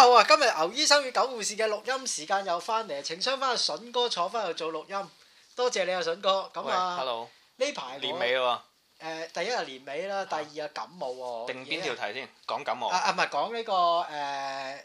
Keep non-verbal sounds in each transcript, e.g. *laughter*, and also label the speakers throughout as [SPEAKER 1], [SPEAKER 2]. [SPEAKER 1] 話今日牛醫生與狗護士嘅錄音時間又翻嚟，請雙翻阿筍哥坐翻去做錄音，多謝你啊，筍哥。咁
[SPEAKER 2] 喂
[SPEAKER 1] 啊，
[SPEAKER 2] ，hello，
[SPEAKER 1] 呢排我
[SPEAKER 2] 年尾啦
[SPEAKER 1] 誒第一係年尾啦，第二啊感冒喎。
[SPEAKER 2] 喎，定邊條題先？講感冒
[SPEAKER 1] 啊啊唔係講呢個誒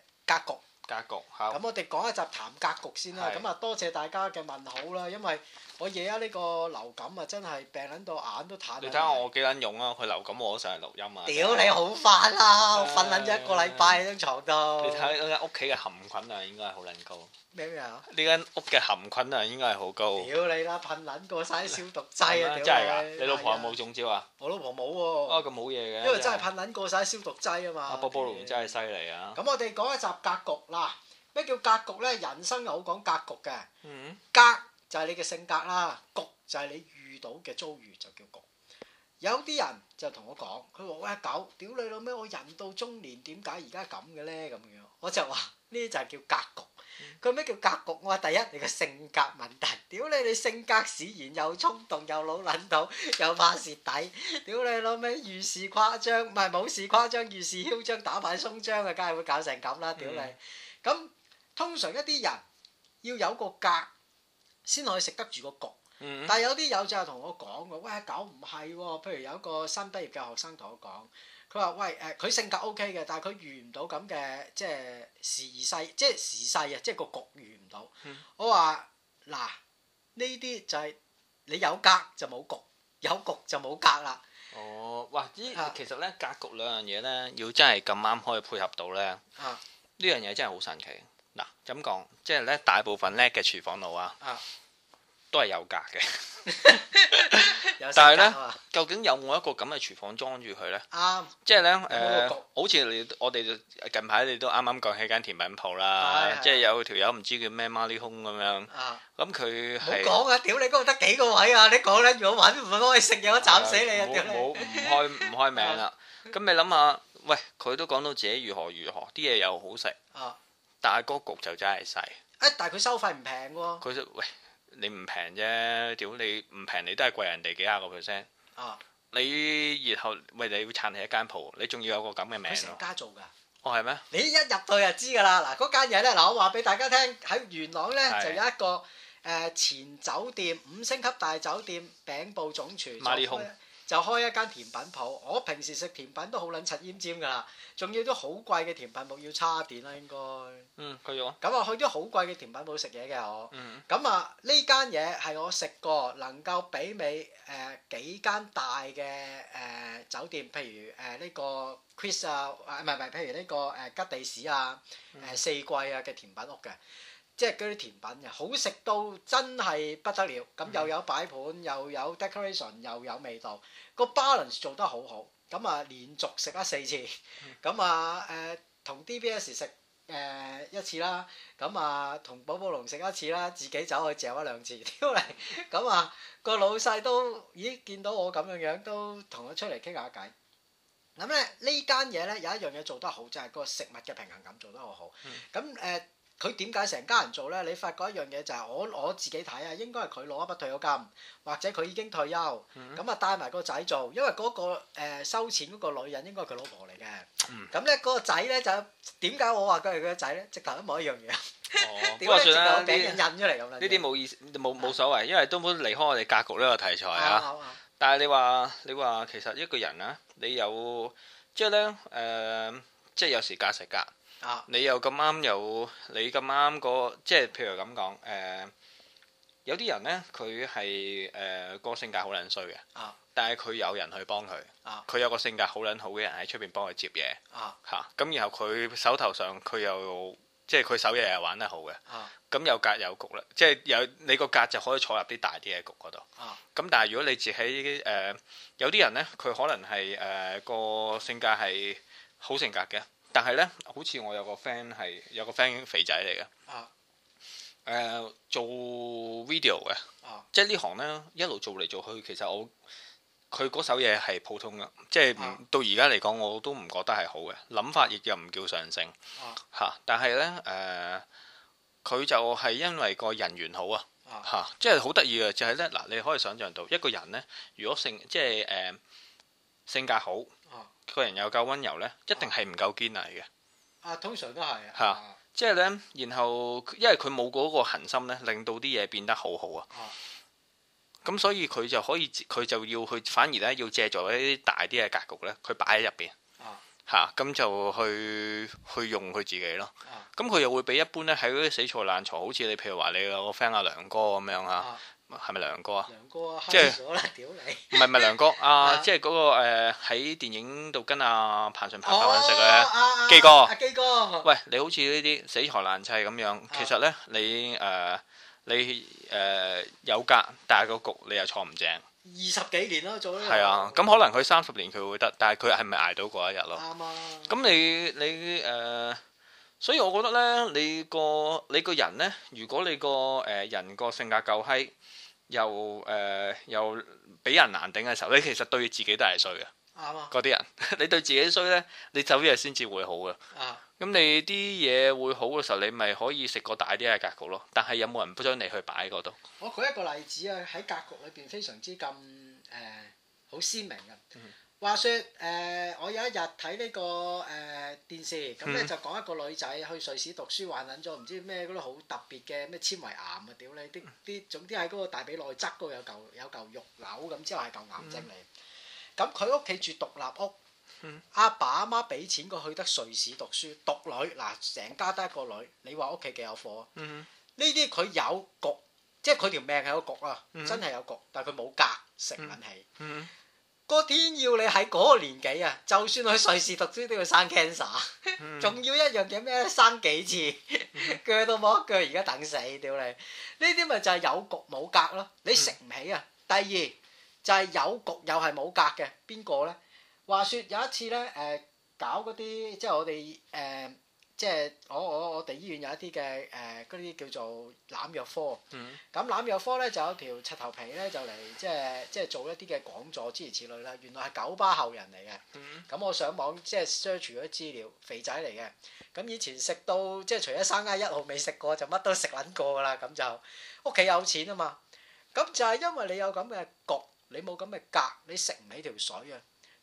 [SPEAKER 1] 格局。
[SPEAKER 2] 格局嚇，
[SPEAKER 1] 咁啊我哋講一集談格局先啦。
[SPEAKER 2] 係
[SPEAKER 1] 咁啊，多謝大家嘅問好啦，因為我而家呢個流感啊，真係病撚到眼都淡。
[SPEAKER 2] 你睇下我幾撚勇啊！佢流感我都上嚟錄音啊！
[SPEAKER 1] 屌你！好快啦！
[SPEAKER 2] 唉
[SPEAKER 1] 我瞓撚咗一個禮拜喺張床度。
[SPEAKER 2] 你睇下呢間屋企嘅含菌量應該係好撚高，呢
[SPEAKER 1] 咩咩啊？
[SPEAKER 2] 間屋嘅含菌量應該係好高。
[SPEAKER 1] 屌你啦！噴撚過晒啲消毒劑
[SPEAKER 2] 哦係
[SPEAKER 1] 啊！屌
[SPEAKER 2] 咩真係㗎！你老婆有
[SPEAKER 1] 係
[SPEAKER 2] 冇
[SPEAKER 1] 啊？
[SPEAKER 2] 中招啊？
[SPEAKER 1] 我老婆
[SPEAKER 2] 啊
[SPEAKER 1] 冇
[SPEAKER 2] 咁冇嘢
[SPEAKER 1] 喎，
[SPEAKER 2] 嘅，
[SPEAKER 1] 因為真係噴撚過晒消毒劑啊嘛。
[SPEAKER 2] 阿波波龍真係犀利啊！
[SPEAKER 1] 咁我哋講一集格局啦。咩叫格局咧？人生係好講格局嘅。
[SPEAKER 2] 嗯，
[SPEAKER 1] 格就係你嘅性格啦，局就係你遇到嘅遭遇就叫局。有啲人就同我講，佢話：喂阿狗，屌你老咩！我人到中年點解而家咁嘅咧？咁樣 *laughs* 我就話呢啲就係叫格局。佢咩叫格局？我話第一你嘅性格問題， *laughs* 屌你你性格使然又衝動又老撚到 *laughs* 又怕蝕底， *laughs* 屌你老味遇事誇張，唔係冇事誇張，遇事囂張打牌鬆張啊，梗係會搞成咁啦，屌你！咁、通常一啲人要有個格先可以食得住個局。
[SPEAKER 2] 嗯，
[SPEAKER 1] 但係有啲友就係同我講嘅，喂狗唔係喎，譬如有一個新畢業嘅學生同我講，佢話喂誒，佢、性格 O K 嘅，但係佢遇唔到咁嘅即係時勢，即係時勢啊，即係個局遇唔到。
[SPEAKER 2] 嗯
[SPEAKER 1] 我話嗱，呢啲就係你有格就冇局，有局就冇格啦。
[SPEAKER 2] *laughs* 哦，哇！
[SPEAKER 1] 啊
[SPEAKER 2] 呢其實咧格局兩樣嘢咧，要真係咁啱可以配合到咧，
[SPEAKER 1] 啊
[SPEAKER 2] 呢樣嘢真係好神奇。嗱咁講，即係咧大部分叻嘅廚房佬啊
[SPEAKER 1] 啊，
[SPEAKER 2] 都係有格嘅。 *laughs*
[SPEAKER 1] 有性格
[SPEAKER 2] 但係呢
[SPEAKER 1] 啊
[SPEAKER 2] 究竟有冇一個咁嘅廚房裝住佢呢？
[SPEAKER 1] 嘛，
[SPEAKER 2] 即係呢，誒、呃
[SPEAKER 1] 冇個局
[SPEAKER 2] 好似你我哋就近排你都啱啱講起間甜品鋪
[SPEAKER 1] 係
[SPEAKER 2] 啦
[SPEAKER 1] 係，
[SPEAKER 2] 即係有條友唔知叫咩 Marley 空咁樣，
[SPEAKER 1] 啱啊！
[SPEAKER 2] 咁佢
[SPEAKER 1] 唔好
[SPEAKER 2] 係
[SPEAKER 1] 講啊！屌你嗰度得幾個位啊！你講咧，如果揾唔到我食嘢，我斬死你啊！啊
[SPEAKER 2] 冇
[SPEAKER 1] 屌
[SPEAKER 2] 冇
[SPEAKER 1] 你！
[SPEAKER 2] 唔開唔開
[SPEAKER 1] *laughs*
[SPEAKER 2] 名啦。咁你諗下，喂，佢都講到自己如何如何，啲嘢又好食，
[SPEAKER 1] 啊！
[SPEAKER 2] 但係個局就真係細。
[SPEAKER 1] 誒，但係佢收費唔平喎。
[SPEAKER 2] 佢就喂你唔平啫，屌你唔平你都係貴人哋幾廿個 percent。
[SPEAKER 1] 啊！
[SPEAKER 2] 你然後喂你要撐起一間鋪，你仲要有個咁嘅名
[SPEAKER 1] 佢成
[SPEAKER 2] 咯？
[SPEAKER 1] 家做㗎。
[SPEAKER 2] 哦係咩？
[SPEAKER 1] 你一入到就知㗎啦！嗱，嗰間嘢咧，嗱，我話俾大家聽，喺元朗咧
[SPEAKER 2] 係
[SPEAKER 1] 就有一個誒、呃前酒店五星級大酒店餅部總廚就
[SPEAKER 2] 馬利
[SPEAKER 1] 開
[SPEAKER 2] 空
[SPEAKER 1] 就開一間甜品鋪。我平時食甜品都好撚柒奄尖㗎啦，仲要都好貴嘅甜品鋪，要叉電啦應該。咁
[SPEAKER 2] 嗯，佢用。
[SPEAKER 1] 啊，去啲好貴嘅甜品鋪食嘢嘅我。
[SPEAKER 2] 嗯
[SPEAKER 1] 咁啊，呢間嘢係我食過能夠媲美誒、呃、幾間大嘅誒、呃酒店，譬如誒呢、個 Chris 啊，啊唔係唔係，譬如呢、個誒、呃吉地士啊、誒、四季啊嘅甜品屋嘅，即係嗰啲甜品嘅，好食到真係不得了。咁又有擺盤，又有 decoration，又有味道，個 balance 做得好好。咁啊，連續食咗四次，咁啊誒同 DBS 食誒、呃一次啦。咁啊，同寶寶龍食一次啦，自己走去嚼一兩次， *laughs* 屌你！咁啊，個老細都咦見到我咁樣樣，都同我出嚟傾下偈。咁咧呢間嘢咧有一樣嘢做得好，就係、個食物嘅平衡感做得好好
[SPEAKER 2] 嗯。
[SPEAKER 1] 咁誒，佢點解成家人做咧？你發覺一樣嘢就係我我自己睇啊，應該係佢攞一筆退休金，或者佢已經退休，
[SPEAKER 2] 嗯
[SPEAKER 1] 咁啊帶埋個仔做，因為嗰、個、誒收錢嗰個女人應該係佢老婆嚟嘅
[SPEAKER 2] 嗯。
[SPEAKER 1] 咁咧嗰個仔咧就點解我話佢係佢個仔咧？直頭一模一樣嘢。 *laughs*
[SPEAKER 2] 哦，不
[SPEAKER 1] 屌
[SPEAKER 2] 過
[SPEAKER 1] 你直頭
[SPEAKER 2] 算
[SPEAKER 1] 有
[SPEAKER 2] 啦，呢
[SPEAKER 1] 餅印
[SPEAKER 2] 啲
[SPEAKER 1] 印出嚟咁啦。
[SPEAKER 2] 呢啲冇意思，冇冇所謂，因為都冇離開我哋格局呢個題材
[SPEAKER 1] 係
[SPEAKER 2] 啊。
[SPEAKER 1] 啊啊
[SPEAKER 2] 但係你話你話其實一個人啊，你有即係咧誒，即係有時隔食隔，
[SPEAKER 1] 啊
[SPEAKER 2] 你又咁啱有你咁啱個，即係譬如咁講誒，有啲人咧佢係誒個性格好撚衰嘅
[SPEAKER 1] 啊，
[SPEAKER 2] 但係佢有人去幫佢
[SPEAKER 1] 啊，
[SPEAKER 2] 佢有個性格好撚好嘅人喺出邊幫佢接嘢
[SPEAKER 1] 啊
[SPEAKER 2] 嚇，咁然後佢手頭上佢又即係佢手藝係玩得好嘅。
[SPEAKER 1] 啊
[SPEAKER 2] 咁有格有局啦，即係有你個格就可以坐入啲大啲嘅局嗰度。
[SPEAKER 1] 啊
[SPEAKER 2] 咁但係如果你自己誒、呃有啲人呢，佢可能係誒個性格係好性格嘅，但係呢，好似我有個 friend 係有個 friend 肥仔嚟嘅，誒、
[SPEAKER 1] 啊
[SPEAKER 2] 做 video 嘅，
[SPEAKER 1] 啊
[SPEAKER 2] 即係呢行呢，一路做嚟做去，其實我佢嗰手嘢係普通嘅，即係唔
[SPEAKER 1] 啊
[SPEAKER 2] 到而家嚟講我都唔覺得係好嘅，諗法亦又唔叫上升。
[SPEAKER 1] 啊
[SPEAKER 2] 嚇、但係咧誒，呃佢、就係因為個人緣好啊
[SPEAKER 1] 啊
[SPEAKER 2] 嚇、即係好得意嘅就係咧嗱，你可以想象到一個人咧，如果性即係誒、呃性格好
[SPEAKER 1] 啊，
[SPEAKER 2] 個人又夠温柔咧，一定係唔夠堅毅嘅。
[SPEAKER 1] 啊，通常都係
[SPEAKER 2] 嚇
[SPEAKER 1] 啊，
[SPEAKER 2] 即係咧，然後因為佢冇嗰個恒心咧，令到啲嘢變得好好啊
[SPEAKER 1] 啊。
[SPEAKER 2] 咁所以佢就可以，佢就要去，反而咧要借助一啲大啲嘅格局咧，佢擺喺入邊
[SPEAKER 1] 啊
[SPEAKER 2] 嚇，咁就去去用佢自己咯
[SPEAKER 1] 啊。
[SPEAKER 2] 咁佢又會比一般咧喺嗰啲死嘈爛嘈，好似你譬如話你有個 friend 阿梁哥咁樣啊，
[SPEAKER 1] 啊，
[SPEAKER 2] 係咪梁哥啊？
[SPEAKER 1] 梁哥
[SPEAKER 2] 即係
[SPEAKER 1] 閪
[SPEAKER 2] *laughs*
[SPEAKER 1] 咗啦，屌你！
[SPEAKER 2] 唔係唔係梁哥啊
[SPEAKER 1] *laughs* 啊，
[SPEAKER 2] 即係嗰個誒喺電影度跟阿彭順鵬拍
[SPEAKER 1] 哦
[SPEAKER 2] 揾食咧。
[SPEAKER 1] 啊啊
[SPEAKER 2] 基哥
[SPEAKER 1] 啊基哥，
[SPEAKER 2] 喂，你好似呢啲死財難砌咁樣，其實呢，你誒、呃你誒、呃有格，但係個局你又坐唔正，
[SPEAKER 1] 二十幾年咯，做呢個
[SPEAKER 2] 係啊，咁可能佢三十年佢會得，但係佢係咪捱到嗰一日咯？
[SPEAKER 1] 啱啊，
[SPEAKER 2] 咁你你誒、呃所以我覺得呢，你個你個人呢，如果你個誒、呃人個性格夠閪，又誒、呃又俾人難頂嘅時候，你其實對自己都係衰嘅。
[SPEAKER 1] 啱啊，
[SPEAKER 2] 嗰啲人， *laughs* 你對自己衰呢，你走嘢先至會好嘅。
[SPEAKER 1] 啊
[SPEAKER 2] 咁你啲嘢會好嘅時候，你咪可以食個大啲嘅格局咯。但係有冇人將你去擺喺嗰度？
[SPEAKER 1] 我舉一個例子啊，喺格局裏邊非常之咁誒呃好鮮明嘅。
[SPEAKER 2] 嗯
[SPEAKER 1] 話説誒、我有一日睇呢個誒、電視，咁咧
[SPEAKER 2] 嗯
[SPEAKER 1] 就講一個女仔去瑞士讀書，患撚咗唔知咩嗰啲好特別嘅咩纖維癌啊！屌你
[SPEAKER 2] 嗯
[SPEAKER 1] 啲啲，總之喺嗰個大髀內側嗰度有嚿有嚿肉瘤咁，之後係嚿癌症嚟。咁佢屋企住獨立屋
[SPEAKER 2] 嗯。
[SPEAKER 1] 阿爸阿媽俾錢佢去得瑞士讀書，獨女嗱，成家得一個女，你話屋企幾有貨啊？
[SPEAKER 2] 嗯
[SPEAKER 1] 呢啲佢有局，即係佢條命係有局啊，
[SPEAKER 2] 嗯
[SPEAKER 1] 真係有局，但係佢冇格食唔起。
[SPEAKER 2] 嗯，
[SPEAKER 1] 個天要你喺嗰個年紀啊，就算去瑞士讀書都要生 cancer，仲
[SPEAKER 2] 嗯
[SPEAKER 1] 要一樣嘢咩生幾次，鋸到冇得鋸，而家等死屌你！呢啲咪就係有局冇格咯，你
[SPEAKER 2] 嗯
[SPEAKER 1] 食唔起啊！第二就係有局又係冇格嘅，邊個咧？話説有一次咧，誒、搞嗰啲即係我哋誒、即係我我我哋醫院有一啲嘅誒嗰啲叫做濫藥科。啊
[SPEAKER 2] 嗯
[SPEAKER 1] 咁攬藥科咧就有條柒頭皮咧就嚟即係即係做一啲嘅講座諸如此類啦，原來係九巴後人嚟嘅。
[SPEAKER 2] 嗯
[SPEAKER 1] 咁我上網即係 search 咗啲資料，肥仔嚟嘅。咁以前食到即係除咗生蝦一號未食過，就乜都食撚過㗎啦。咁就屋企有錢啊嘛。咁就係因為你有咁嘅局，你冇咁嘅格，你食唔起條水啊！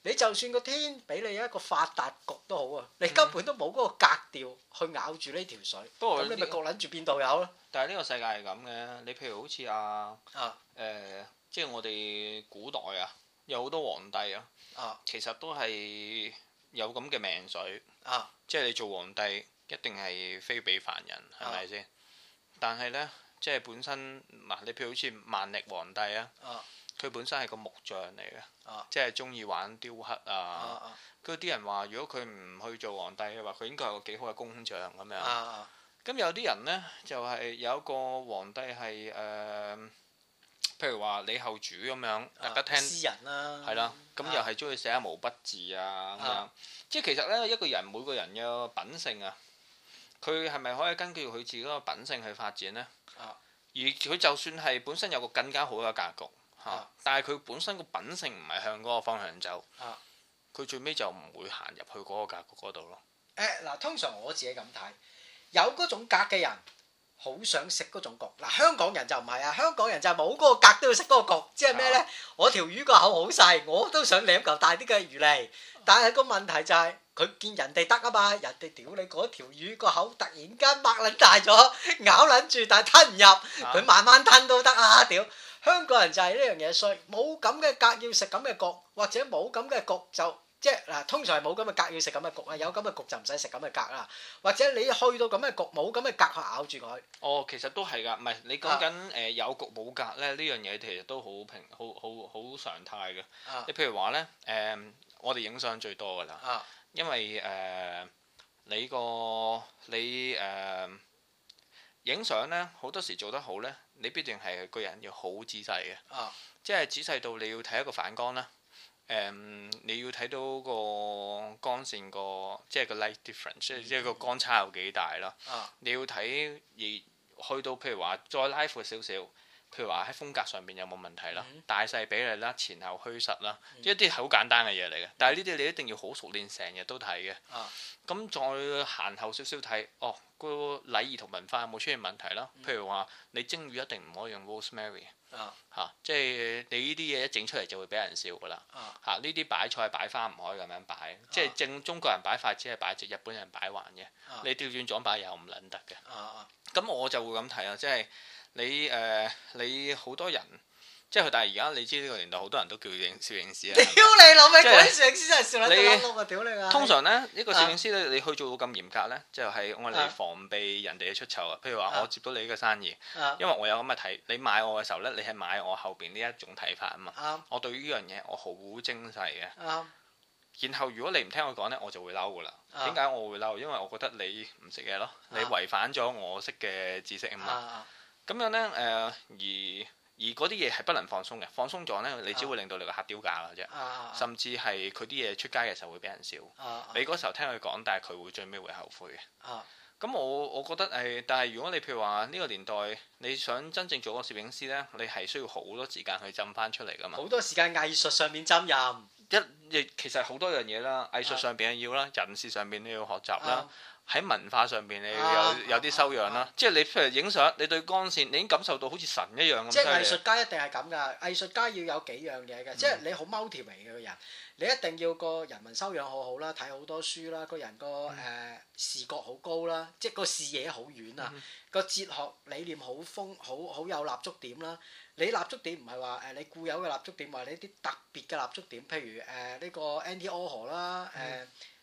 [SPEAKER 1] 你就算個天俾你一個發達局都好啊，你根本都冇嗰個格調去咬住呢條水，
[SPEAKER 2] 不過
[SPEAKER 1] 咁
[SPEAKER 2] 哦呢
[SPEAKER 1] 你咪焗撚住變導遊咯。
[SPEAKER 2] 但係呢個世界係咁嘅。你譬如好似啊
[SPEAKER 1] 啊
[SPEAKER 2] 誒、即係我哋古代啊，有好多皇帝啊，
[SPEAKER 1] 啊
[SPEAKER 2] 其實都係有咁嘅命水。
[SPEAKER 1] 啊！
[SPEAKER 2] 即係你做皇帝一定係非比凡人，係
[SPEAKER 1] 啊
[SPEAKER 2] 咪先？但係呢，即係本身嗱，你譬如好似萬歷皇帝啊
[SPEAKER 1] 啊，
[SPEAKER 2] 佢本身係個木匠嚟嘅，
[SPEAKER 1] 啊
[SPEAKER 2] 即係中意玩雕刻
[SPEAKER 1] 啊
[SPEAKER 2] 啊。
[SPEAKER 1] 啊
[SPEAKER 2] 嗰啲人話，如果佢唔去做皇帝嘅話，佢應該係個幾好嘅工匠咁樣。
[SPEAKER 1] 啊！
[SPEAKER 2] 咁有啲人呢，就係、有一個皇帝係誒、呃譬如話李後主咁樣，大家聽
[SPEAKER 1] 私人啦，
[SPEAKER 2] 係啦，咁又
[SPEAKER 1] 啊
[SPEAKER 2] 係中意寫下毛筆字啊咁樣
[SPEAKER 1] 啊。
[SPEAKER 2] 即係其實咧，一個人每個人嘅品性啊，佢係咪可以根據佢自己個品性去發展呢？
[SPEAKER 1] 啊
[SPEAKER 2] 而佢就算係本身有個更加好嘅格局嚇，
[SPEAKER 1] 啊
[SPEAKER 2] 但係佢本身個品性唔係向嗰個方向走，
[SPEAKER 1] 啊
[SPEAKER 2] 佢、最尾就唔會行入去嗰個格局嗰度咯。
[SPEAKER 1] 誒嗱，通常我自己咁睇，有嗰種格嘅人，好想食嗰種局。嗱，香港人就唔係啊，香港人就係冇嗰個格都要食嗰個局，即係咩咧？我條魚個口好細，我都想舐嚿大啲嘅魚嚟，但係個問題就係、佢見人哋得啊嘛，人哋屌你嗰條魚個口突然間擘撚大咗，咬撚住，但係吞唔入，佢慢慢吞都得啊！屌，香港人就係呢樣嘢衰，冇咁嘅格要食咁嘅局，或者冇咁嘅局就即係嗱，通常係冇咁嘅格要食咁嘅局啊，有咁嘅局就唔使食咁嘅格啦，或者你去到咁嘅局冇咁嘅格去咬住佢，
[SPEAKER 2] 哦，其實都係㗎，唔係你講
[SPEAKER 1] 啊
[SPEAKER 2] 緊誒有局冇格咧，呢樣嘢其實都好平，好好好常態嘅。
[SPEAKER 1] 啊
[SPEAKER 2] 你譬如話呢，誒、我哋影相最多㗎啦。
[SPEAKER 1] 啊
[SPEAKER 2] 因為誒、呃你個你誒影相咧，好多時做得好咧，你必定係個人要好仔細嘅，
[SPEAKER 1] 啊
[SPEAKER 2] 即係仔細到你要睇一個反光啦。誒、你要睇到個光線個，即係個 light difference，即係即係個光差有幾大啦。
[SPEAKER 1] 嗯啊
[SPEAKER 2] 你要睇而去到譬如話再拉闊少少，譬如話喺風格上面有冇問題啦，
[SPEAKER 1] 嗯
[SPEAKER 2] 大細比例啦、前後虛實啦，
[SPEAKER 1] 嗯
[SPEAKER 2] 一啲係好簡單嘅嘢嚟嘅。但係呢啲你一定要好熟練，成日都睇嘅。
[SPEAKER 1] 啊
[SPEAKER 2] 咁再行後少少睇，哦，個禮儀同文化有冇出現問題啦？
[SPEAKER 1] 嗯
[SPEAKER 2] 譬如話你蒸魚一定唔可以用 rosemary
[SPEAKER 1] 啊
[SPEAKER 2] 嚇、即係你呢啲嘢一整出嚟就會俾人笑噶啦。
[SPEAKER 1] 啊
[SPEAKER 2] 嚇！呢啲擺菜擺花唔可以咁樣擺，即係正中國人擺法只係擺隻日本人擺還嘅
[SPEAKER 1] 啊，
[SPEAKER 2] 你調轉咗擺又唔撚得嘅。
[SPEAKER 1] 啊啊
[SPEAKER 2] 咁我就會咁睇啊啦，即係你誒、呃你好多人，即係但係而家你知呢個年代好多人都叫影攝影
[SPEAKER 1] *laughs* *laughs*
[SPEAKER 2] 師
[SPEAKER 1] 屌
[SPEAKER 2] 啊。
[SPEAKER 1] 你老味，
[SPEAKER 2] 即係
[SPEAKER 1] 嗰啲攝影師真係笑撚得甩碌啊！屌你啊！
[SPEAKER 2] 通常咧，呢、個
[SPEAKER 1] 啊
[SPEAKER 2] 攝影師咧，你去做到咁嚴格咧，就係我
[SPEAKER 1] 啊
[SPEAKER 2] 嚟防備人哋嘅出醜啊。譬如話，
[SPEAKER 1] 啊
[SPEAKER 2] 我接到你嘅生意，
[SPEAKER 1] 啊
[SPEAKER 2] 因為我有咁嘅睇，你買我嘅時候咧，你係買我後邊呢一種睇法啊嘛。
[SPEAKER 1] 啱
[SPEAKER 2] 我對於呢樣嘢我好精細嘅。
[SPEAKER 1] 啱
[SPEAKER 2] 然後如果你唔聽我講呢，我就會嬲噶啦。
[SPEAKER 1] 啊
[SPEAKER 2] 點解我會嬲？因為我覺得你唔識嘢咯，你
[SPEAKER 1] 啊
[SPEAKER 2] 違反咗我識嘅知識啊嘛。
[SPEAKER 1] 啊
[SPEAKER 2] 咁樣呢，誒、而而嗰啲嘢係不能放鬆嘅，放鬆咗呢，你只會令到你個客丟架嘅啫。
[SPEAKER 1] 啊啊
[SPEAKER 2] 甚至係佢啲嘢出街嘅時候會俾人笑。
[SPEAKER 1] 啊
[SPEAKER 2] 你嗰時候聽佢講，但係佢會最尾會後悔嘅。
[SPEAKER 1] 啊
[SPEAKER 2] 咁我我覺得誒、但係如果你譬如話呢個年代，你想真正做個攝影師呢，你係需要好多時間去浸翻出嚟噶嘛。
[SPEAKER 1] 好多時間藝術上面浸淫啊
[SPEAKER 2] 一亦其實好多樣嘢啦，藝術
[SPEAKER 1] 啊
[SPEAKER 2] 上邊要啦，人事上邊你要學習啦，喺文化上邊你要
[SPEAKER 1] 啊
[SPEAKER 2] 有有啲修養
[SPEAKER 1] 啊
[SPEAKER 2] 啦。即係你譬如影相，你對光線你已經感受到好似神一樣咁
[SPEAKER 1] 即係藝
[SPEAKER 2] 犀利
[SPEAKER 1] 術家一定係咁噶，藝術家要有幾樣嘢嘅，即係你好 multi 嚟嘅個人，你一定要個人文修養好好啦，睇好多書啦，個人個誒、呃、視覺好高啦，即係個視野好遠啊，個、哲學理念好豐，好好有立足點啦。你立足點唔係話誒你固有嘅立足點，或者啲特別嘅立足點，譬如誒呢、個 Andy Warhol 啦，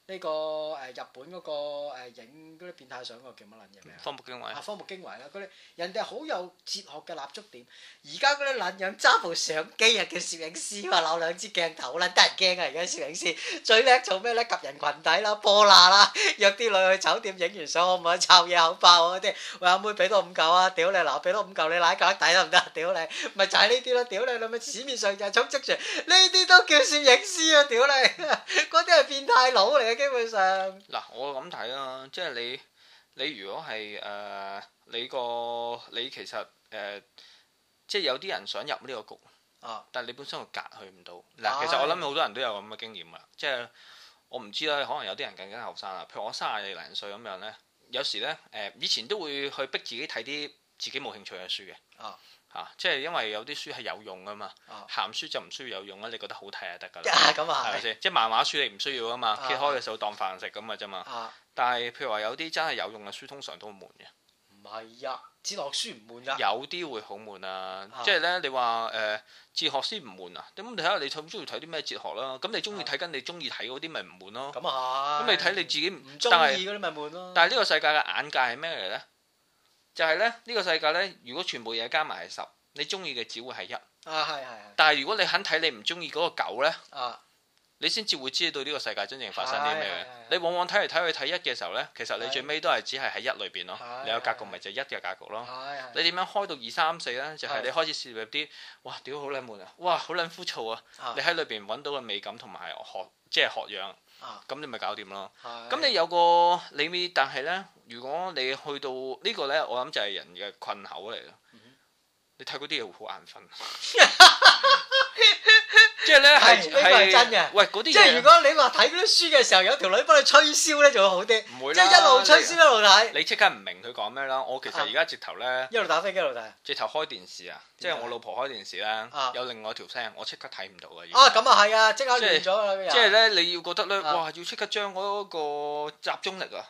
[SPEAKER 1] 誒、呢、個誒、呃日本嗰、個、呃、影嗰啲變態相嗰個叫乜撚嘢名啊？
[SPEAKER 2] 方木經緯
[SPEAKER 1] 啊，，荒木經惟啦，嗰啲人哋好有哲學嘅立足點。而家嗰啲撚樣揸部相機啊，叫攝影師嘛，扭兩支鏡頭，好撚得人驚啊！而家攝影師最叻做咩咧？及人群體啦，波啦 *laughs* 啦，約啲女去酒店影完相，可唔可以摷嘢口爆啊？嗰啲喂阿妹俾多五嚿啊！屌你嗱，俾多五嚿你奶嚿底得唔得 *laughs* 啊？屌你，咪就係呢啲咯！屌你老味，市面上就係充斥住呢啲都叫攝影師啊！屌你， *laughs* 嗰啲係變態佬嚟嘅，基本上
[SPEAKER 2] 嗱，我咁睇啦，即係你你如果係誒、呃你個你其實誒、呃即係有啲人想入呢個局，
[SPEAKER 1] 啊
[SPEAKER 2] 但係你本身個格去唔到。嗱，其實
[SPEAKER 1] 係
[SPEAKER 2] 我諗好多人都有咁嘅經驗啦，啊即係我唔知啦，可能有啲人更加後生啦，譬如我三廿零歲咁樣呢，有時呢，誒、呃以前都會去逼自己睇啲自己冇興趣嘅書嘅。
[SPEAKER 1] 啊
[SPEAKER 2] 嚇、即係因為有啲書係有用噶嘛，
[SPEAKER 1] 啊
[SPEAKER 2] 鹹書就唔需要有用啦，你覺得好睇就得㗎啦，
[SPEAKER 1] 啊咁
[SPEAKER 2] 係
[SPEAKER 1] 啊
[SPEAKER 2] 咪先？即係漫畫書你唔需要啊嘛，
[SPEAKER 1] 啊
[SPEAKER 2] 揭開嘅時候當飯食咁嘅啫嘛。
[SPEAKER 1] 啊！
[SPEAKER 2] 但係譬如話有啲真係有用嘅書，通常都好悶嘅，
[SPEAKER 1] 唔係啊，哲學書唔悶噶。
[SPEAKER 2] 有啲會好悶啊
[SPEAKER 1] 啊。
[SPEAKER 2] 即係咧，你話誒、呃哲學先唔悶啊？咁你睇下你中唔中意睇啲咩哲學啦？咁你
[SPEAKER 1] 啊
[SPEAKER 2] 中意睇緊你中意睇嗰啲咪唔悶咯？
[SPEAKER 1] 咁啊
[SPEAKER 2] 咁
[SPEAKER 1] 係。
[SPEAKER 2] 你睇你自己唔，
[SPEAKER 1] 唔中
[SPEAKER 2] 但係
[SPEAKER 1] 意嗰啲咪悶咯。
[SPEAKER 2] 但係呢個世界嘅眼界係咩嚟呢？就係咧呢個世界呢，如果全部嘢加埋係十，你中意嘅只會係一。
[SPEAKER 1] 啊係係係
[SPEAKER 2] 但係如果你肯睇你唔中意嗰個九呢，
[SPEAKER 1] 啊
[SPEAKER 2] 你先至會知道呢個世界真正發生啲咩
[SPEAKER 1] 係係係
[SPEAKER 2] 嘅
[SPEAKER 1] 係。
[SPEAKER 2] 你往往睇嚟睇去睇一嘅時候呢，其實你
[SPEAKER 1] 係
[SPEAKER 2] 最尾都係只係喺一裏邊咯
[SPEAKER 1] 係。
[SPEAKER 2] 你有格
[SPEAKER 1] 係
[SPEAKER 2] 局咪就係一嘅格局咯。
[SPEAKER 1] 係
[SPEAKER 2] 哦你
[SPEAKER 1] 係。
[SPEAKER 2] 點樣開到二三四呢？就係
[SPEAKER 1] 係
[SPEAKER 2] 你開始涉入啲，哇！屌好撚悶啊，哇！好撚枯燥啊！
[SPEAKER 1] 啊
[SPEAKER 2] 你喺裏邊揾到嘅美感同埋學，即係學養
[SPEAKER 1] 啊，
[SPEAKER 2] 咁你咪搞掂咯。
[SPEAKER 1] 係
[SPEAKER 2] 咁你有個你咪，但係呢，如果你去到呢個呢，我諗就係人嘅困口嚟咯
[SPEAKER 1] 嗯哼。
[SPEAKER 2] 你睇嗰啲嘢會好眼瞓，
[SPEAKER 1] *laughs*
[SPEAKER 2] 即係呢，
[SPEAKER 1] 係
[SPEAKER 2] 係
[SPEAKER 1] 呢個係真嘅
[SPEAKER 2] 喂，嗰啲
[SPEAKER 1] 即係如
[SPEAKER 2] 嘢
[SPEAKER 1] 果你話睇嗰啲書嘅時候有條女幫你吹簫咧，就會好啲。
[SPEAKER 2] 唔會
[SPEAKER 1] 即
[SPEAKER 2] 啦。
[SPEAKER 1] 係一路啊吹簫一路睇，
[SPEAKER 2] 你啊你即刻唔明佢講咩啦。我其實而家直頭呢。
[SPEAKER 1] 一路打飛機一路睇。啊
[SPEAKER 2] 直頭開電視啊！即
[SPEAKER 1] 點
[SPEAKER 2] 係
[SPEAKER 1] 解
[SPEAKER 2] 我老婆開電視啦
[SPEAKER 1] 嗯啊，
[SPEAKER 2] 有另外一條聲，我即刻睇唔到嘅。已經
[SPEAKER 1] 咁啊係啊，即刻
[SPEAKER 2] 即係
[SPEAKER 1] 亂咗啦個人。
[SPEAKER 2] 即係咧，你要覺得咧，
[SPEAKER 1] 啊
[SPEAKER 2] 哇！要即刻將嗰個集中力啊，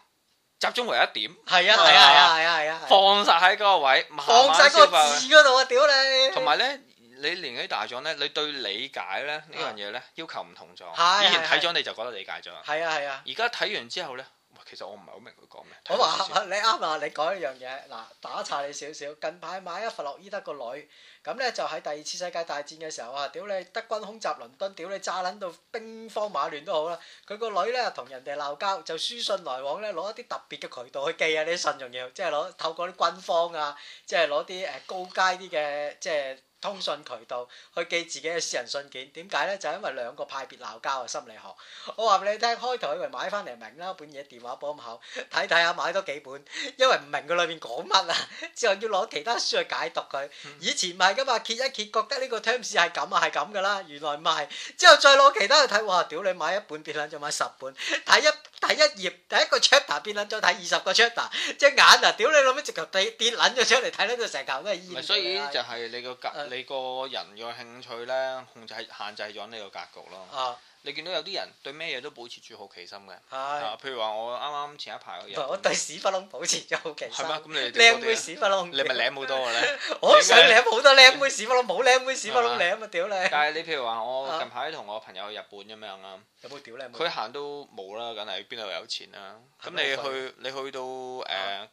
[SPEAKER 2] 集中為一點，
[SPEAKER 1] 係啊係啊係啊係啊係啊。
[SPEAKER 2] 放晒喺嗰個位，慢慢
[SPEAKER 1] 放晒嗰個
[SPEAKER 2] 消化佢
[SPEAKER 1] 字嗰度啊！屌你。
[SPEAKER 2] 同埋咧，你年紀大咗咧，你對理解咧呢樣嘢咧要求唔同咗。
[SPEAKER 1] 啊係
[SPEAKER 2] 以前
[SPEAKER 1] 係
[SPEAKER 2] 睇咗你就覺得理解咗，
[SPEAKER 1] 係啊係啊。
[SPEAKER 2] 而家睇完之後咧，哇其實我唔係好明佢講咩。
[SPEAKER 1] *laughs* 好
[SPEAKER 2] *laughs* 睇多次先
[SPEAKER 1] 話你啱啦，你講一樣嘢嗱，打岔你少少。近排買一弗洛伊德個女，咁咧就喺第二次世界大戰嘅時候啊，屌你德軍空襲倫敦，屌你炸撚到兵荒馬亂都好啦。佢個女咧同人哋鬧交，就書信來往咧攞一啲特別嘅渠道去寄啊啲信，仲要即係攞透過啲軍方啊，即係攞啲誒高階啲嘅即係通訊渠道去寄自己嘅私人信件。點解咧？就係因為兩個派別鬧交嘅心理學。我話俾你聽，開頭以為買翻嚟明啦，本嘢電話簿咁厚，睇睇下買多幾本，因為唔明佢裏面講乜啊，之後要攞其他書去解讀佢。以前唔係噶嘛，揭一揭覺得呢個 terms 係咁啊，係咁噶啦，原來唔係。之後再攞其他去睇，哇！屌你買一本變撚咗買十本，睇一睇一頁，第一個 chapter 變撚咗睇二十個 chapter，隻眼啊！屌你老味，直頭跌跌撚咗出嚟，睇撚到成頭都係
[SPEAKER 2] 唔
[SPEAKER 1] 煙
[SPEAKER 2] 係，
[SPEAKER 1] 㗎。
[SPEAKER 2] 所以就
[SPEAKER 1] 啊
[SPEAKER 2] 係你個格，
[SPEAKER 1] 誒
[SPEAKER 2] 你個人嘅興趣咧，控制限制咗呢個格局咯。
[SPEAKER 1] 啊 Ờ,
[SPEAKER 2] 你見到有啲人對咩嘢都保持住好奇心嘅，
[SPEAKER 1] 係
[SPEAKER 2] 啊，譬如話我啱啱前一排嗰
[SPEAKER 1] 唔
[SPEAKER 2] 日
[SPEAKER 1] 係，我對屎忽窿保持咗好奇
[SPEAKER 2] 係
[SPEAKER 1] 心。
[SPEAKER 2] 咩？咁你哋
[SPEAKER 1] 靚
[SPEAKER 2] 嗰
[SPEAKER 1] 妹
[SPEAKER 2] 啲啊
[SPEAKER 1] 屎忽窿，
[SPEAKER 2] 你咪舐好多嘅咧。
[SPEAKER 1] *laughs* 我都想舐好多靚妹屎忽窿，冇靚妹屎忽窿舐啊！屌你，
[SPEAKER 2] 但係你譬如話我
[SPEAKER 1] 啊
[SPEAKER 2] 近排同我朋友去日本咁樣啊，
[SPEAKER 1] 有冇屌靚妹？
[SPEAKER 2] 佢行都冇啦，梗係邊度有錢啦？咁
[SPEAKER 1] 係咪
[SPEAKER 2] 你
[SPEAKER 1] 好啊
[SPEAKER 2] 去你去到誒，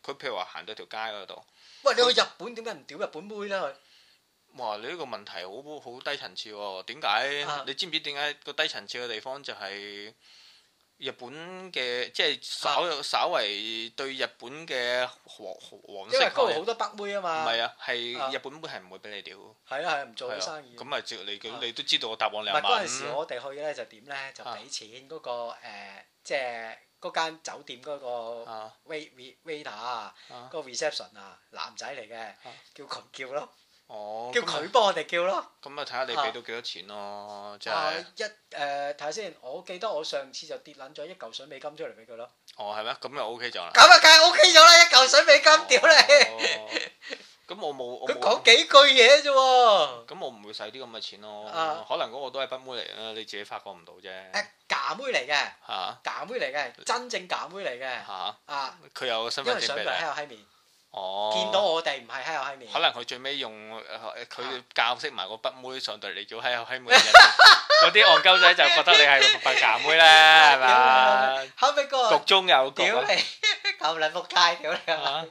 [SPEAKER 2] 佢譬如話行到條街嗰度，
[SPEAKER 1] 喂，你去日本點解唔屌日本妹咧？佢
[SPEAKER 2] 哇！你呢個問題好好低層次喎，點解
[SPEAKER 1] 啊？
[SPEAKER 2] 你知唔知點解個低層次嘅地方就係日本嘅，即
[SPEAKER 1] 啊
[SPEAKER 2] 係稍稍為對日本嘅黃黃
[SPEAKER 1] 因為
[SPEAKER 2] 色
[SPEAKER 1] 嗰度
[SPEAKER 2] 嘅
[SPEAKER 1] 好多北妹啊
[SPEAKER 2] 唔
[SPEAKER 1] 嘛。
[SPEAKER 2] 係
[SPEAKER 1] 啊，
[SPEAKER 2] 啊，
[SPEAKER 1] 啊
[SPEAKER 2] 係日本妹係唔會俾你屌。
[SPEAKER 1] 係啊係啊，唔做
[SPEAKER 2] 係
[SPEAKER 1] 好
[SPEAKER 2] 啊
[SPEAKER 1] 生意。
[SPEAKER 2] 咁咪照你
[SPEAKER 1] 啊
[SPEAKER 2] 咁，你都知道我答案
[SPEAKER 1] 唔
[SPEAKER 2] 兩
[SPEAKER 1] 係
[SPEAKER 2] 萬。
[SPEAKER 1] 嗰陣時，我哋去咧就點咧？就
[SPEAKER 2] 啊
[SPEAKER 1] 俾錢嗰個誒，即係嗰間酒店嗰個
[SPEAKER 2] 啊
[SPEAKER 1] wait wait waiter 啊，
[SPEAKER 2] 啊
[SPEAKER 1] 嗰個 reception à? 啊，男仔嚟嘅，叫佢叫咯，
[SPEAKER 2] 哦，
[SPEAKER 1] 叫
[SPEAKER 2] 咁啊
[SPEAKER 1] 佢幫我哋叫咯。
[SPEAKER 2] 咁啊，睇下你俾到幾多錢咯，即
[SPEAKER 1] 啊
[SPEAKER 2] 係
[SPEAKER 1] 一誒睇下先，我記得我上次就跌撚咗一嚿水美金出嚟俾佢咯。
[SPEAKER 2] 哦係咩？咁就 O K 咗啦。
[SPEAKER 1] 咁啊，梗係 OK 咗啦，一嚿水美金，屌你！
[SPEAKER 2] 哦！咁我冇我
[SPEAKER 1] 佢
[SPEAKER 2] 冇
[SPEAKER 1] 講，幾句嘢啫喎。
[SPEAKER 2] 咁我唔會使啲咁嘅錢咯
[SPEAKER 1] 啊。
[SPEAKER 2] 可能嗰個都係賓妹嚟啦，你自己發覺唔到啫
[SPEAKER 1] 誒。假妹嚟嘅，
[SPEAKER 2] 嚇
[SPEAKER 1] 假妹嚟嘅，真正假妹嚟嘅。
[SPEAKER 2] 嚇，
[SPEAKER 1] 啊，
[SPEAKER 2] 佢有身
[SPEAKER 1] 因
[SPEAKER 2] 份
[SPEAKER 1] 為
[SPEAKER 2] 證
[SPEAKER 1] 上
[SPEAKER 2] 俾
[SPEAKER 1] 邊係
[SPEAKER 2] 你。
[SPEAKER 1] 閪閪面，
[SPEAKER 2] 哦，
[SPEAKER 1] 見到。我哋唔係閪口閪面
[SPEAKER 2] 可。能佢最尾用呃佢
[SPEAKER 1] 啊
[SPEAKER 2] 教識埋個北妹上對你叫閪閪妹嘅人，嗰啲戇鳩仔就覺得你係白假妹啦，係嘛？
[SPEAKER 1] 後尾嗰
[SPEAKER 2] 局
[SPEAKER 1] 個
[SPEAKER 2] 中有局
[SPEAKER 1] 屌
[SPEAKER 2] 啊
[SPEAKER 1] 你， *laughs* 咁撚仆街，屌你啊！
[SPEAKER 2] 啊！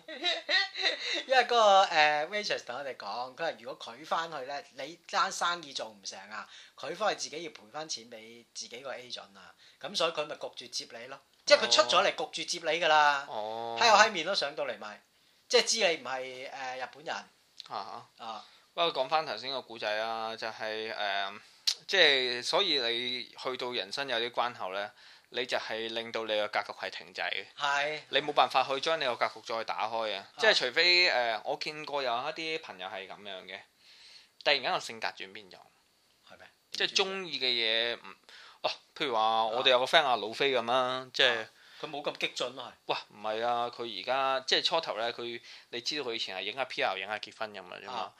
[SPEAKER 1] 因為嗰個誒 waitress 同我哋講，佢話如果佢翻去咧，你單生意做唔成啊，佢翻去自己要賠翻錢俾自己個 agent 啊，咁所以佢咪焗住接你咯，即係佢出咗嚟焗住接你㗎啦，
[SPEAKER 2] 哦，
[SPEAKER 1] 閪口閪面都上到嚟咪，即係知你唔係誒日本人
[SPEAKER 2] 啊！
[SPEAKER 1] 啊，
[SPEAKER 2] 不過講翻頭先個古仔啊，就係、誒、即係所以你去到人生有啲關口呢，你就係令到你個格局係停滯嘅，
[SPEAKER 1] 係
[SPEAKER 2] 你冇辦法去將你個格局再打開啊！即係除非誒、我見過有一啲朋友係咁樣嘅，突然間個性格轉變咗，
[SPEAKER 1] 係咩？
[SPEAKER 2] 即係中意嘅嘢唔哦，譬如話我哋有個 friend 阿老飛咁啦，即係。
[SPEAKER 1] 佢冇咁激進咯，
[SPEAKER 2] 哇，唔係啊！佢而家即係初頭咧，佢你知道佢以前係影下 P.R. 影下結婚咁嘅啫嘛
[SPEAKER 1] 啊。